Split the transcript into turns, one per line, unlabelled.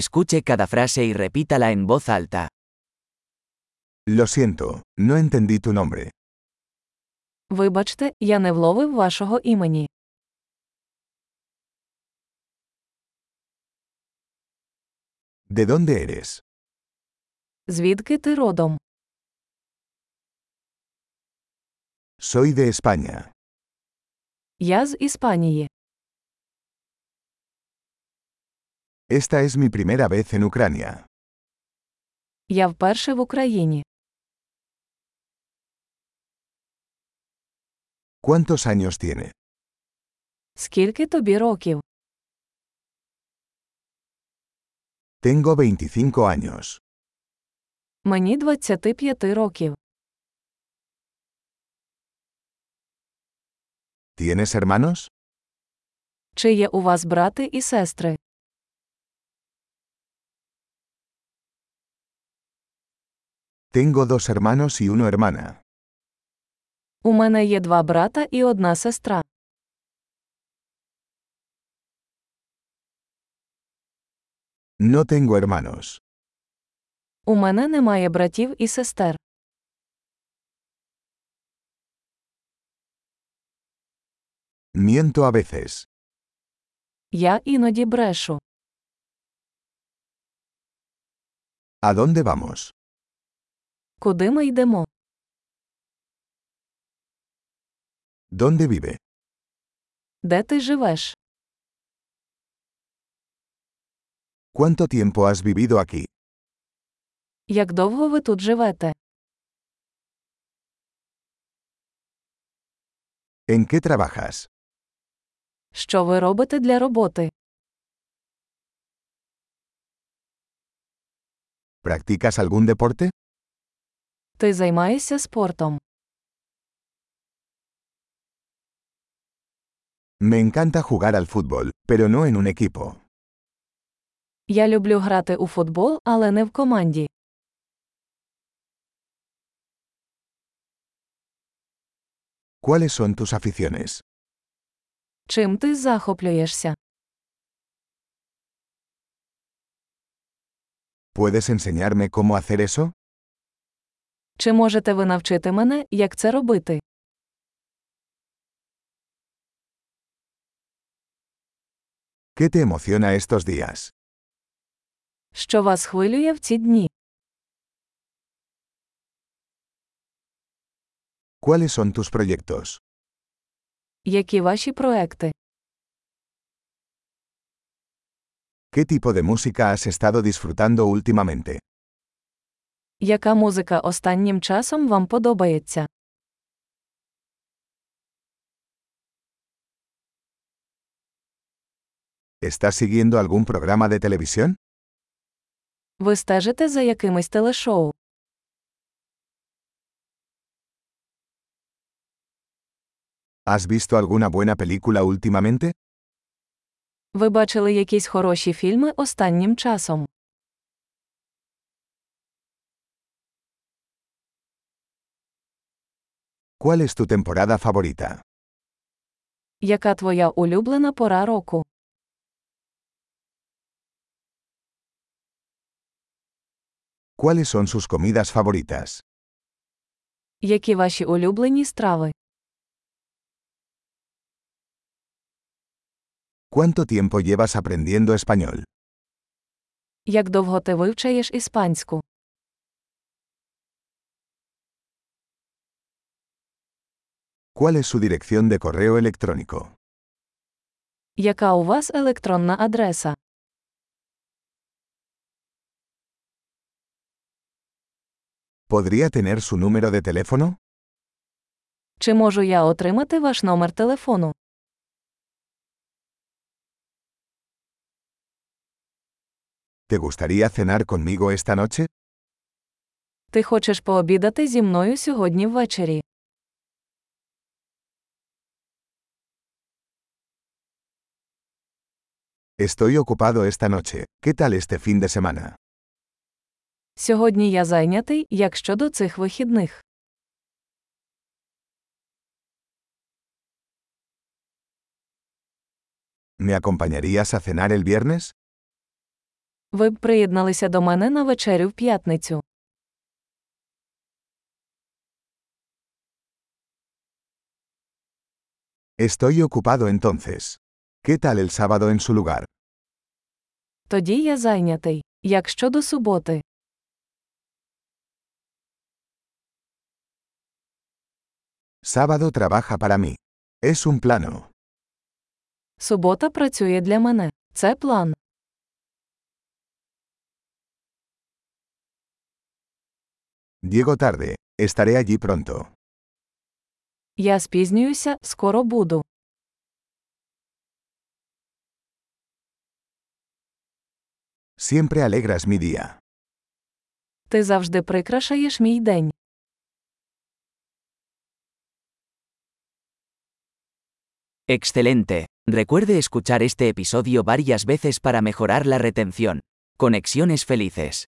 Escuche cada frase y repítala en voz alta.
Lo siento, no entendí tu nombre.
Вибачте, я не вловив вашого імені.
¿De dónde eres?
Звідки ти родом?
Soy de España.
Я з Іспанії.
Esta es mi primera vez en Ucrania.
Я вперше в Україні.
¿Cuántos años tiene?
Скільки тобі років?
Tengo 25 años.
Мені 25 років.
¿Tienes hermanos?
Чи є у вас брати і сестри?
Tengo dos hermanos y una hermana.
У мене є два брата і одна сестра.
No tengo hermanos.
У мене немає братів і сестер.
Miento a veces.
Я іноді брешу.
¿A dónde vamos?
Куди ми йдемо?
¿Dónde vive?
Де ти живеш?
¿Cuánto tiempo has vivido aquí?
Як довго ви тут живете?
¿En qué trabajas?
Що ви робите для роботи?
¿Practicas algún deporte?
Ти займаєшся спортом.
Me encanta jugar al fútbol, pero no en un equipo.
Я люблю грати у футбол, але не в команді.
¿Cuáles son tus aficiones?
Чим ти захоплюєшся?
¿Puedes enseñarme cómo hacer eso?
Чи можете ви навчити мене, як це робити?
¿Qué te emociona estos días?
Що вас хвилює в ці дні?
¿Cuáles son tus proyectos?
Які ваші проекти?
¿Qué tipo de música has estado disfrutando últimamente?
Яка музика останнім часом вам подобається?
¿Estás siguiendo algún programa de televisión?
Ви стежите за якимись телешоу?
¿Has visto alguna buena película últimamente?
Ви бачили якісь хороші фільми останнім часом?
¿Cuál es tu temporada favorita?
Яка твоя улюблена пора року?
¿Cuáles son sus comidas favoritas?
Які ваші улюблені страви?
¿Cuánto tiempo llevas aprendiendo español?
Як довго ти вивчаєш іспанську?
¿Cuál es su dirección de correo electrónico?
Яка у вас електронна адреса?
¿Podría tener su número de teléfono?
Чи можу я отримати ваш номер телефону?
¿Te gustaría cenar conmigo esta noche?
Ти хочеш пообідати зі мною сьогодні ввечері?
Estoy ocupado esta noche. ¿Qué tal este fin de semana?
Сьогодні я зайнятий, як щодо цих вихідних.
¿Me acompañarías a cenar el viernes?
Ви б приєдналися до мене на вечерю в п'ятницю.
Estoy ocupado entonces. ¿Qué tal el sábado en su lugar?
Тоді я зайнятий. Як щодо суботи,
Sábado trabaja para mí. Es un plano.
субота працює для мене. Це план.
Llego tarde. Estaré allí pronto.
Я спізнююся, скоро буду.
Siempre alegras mi día.
Ти завжди прикрашаєш мій день.
Excelente. Recuerde escuchar este episodio varias veces para mejorar la retención. Conexiones felices.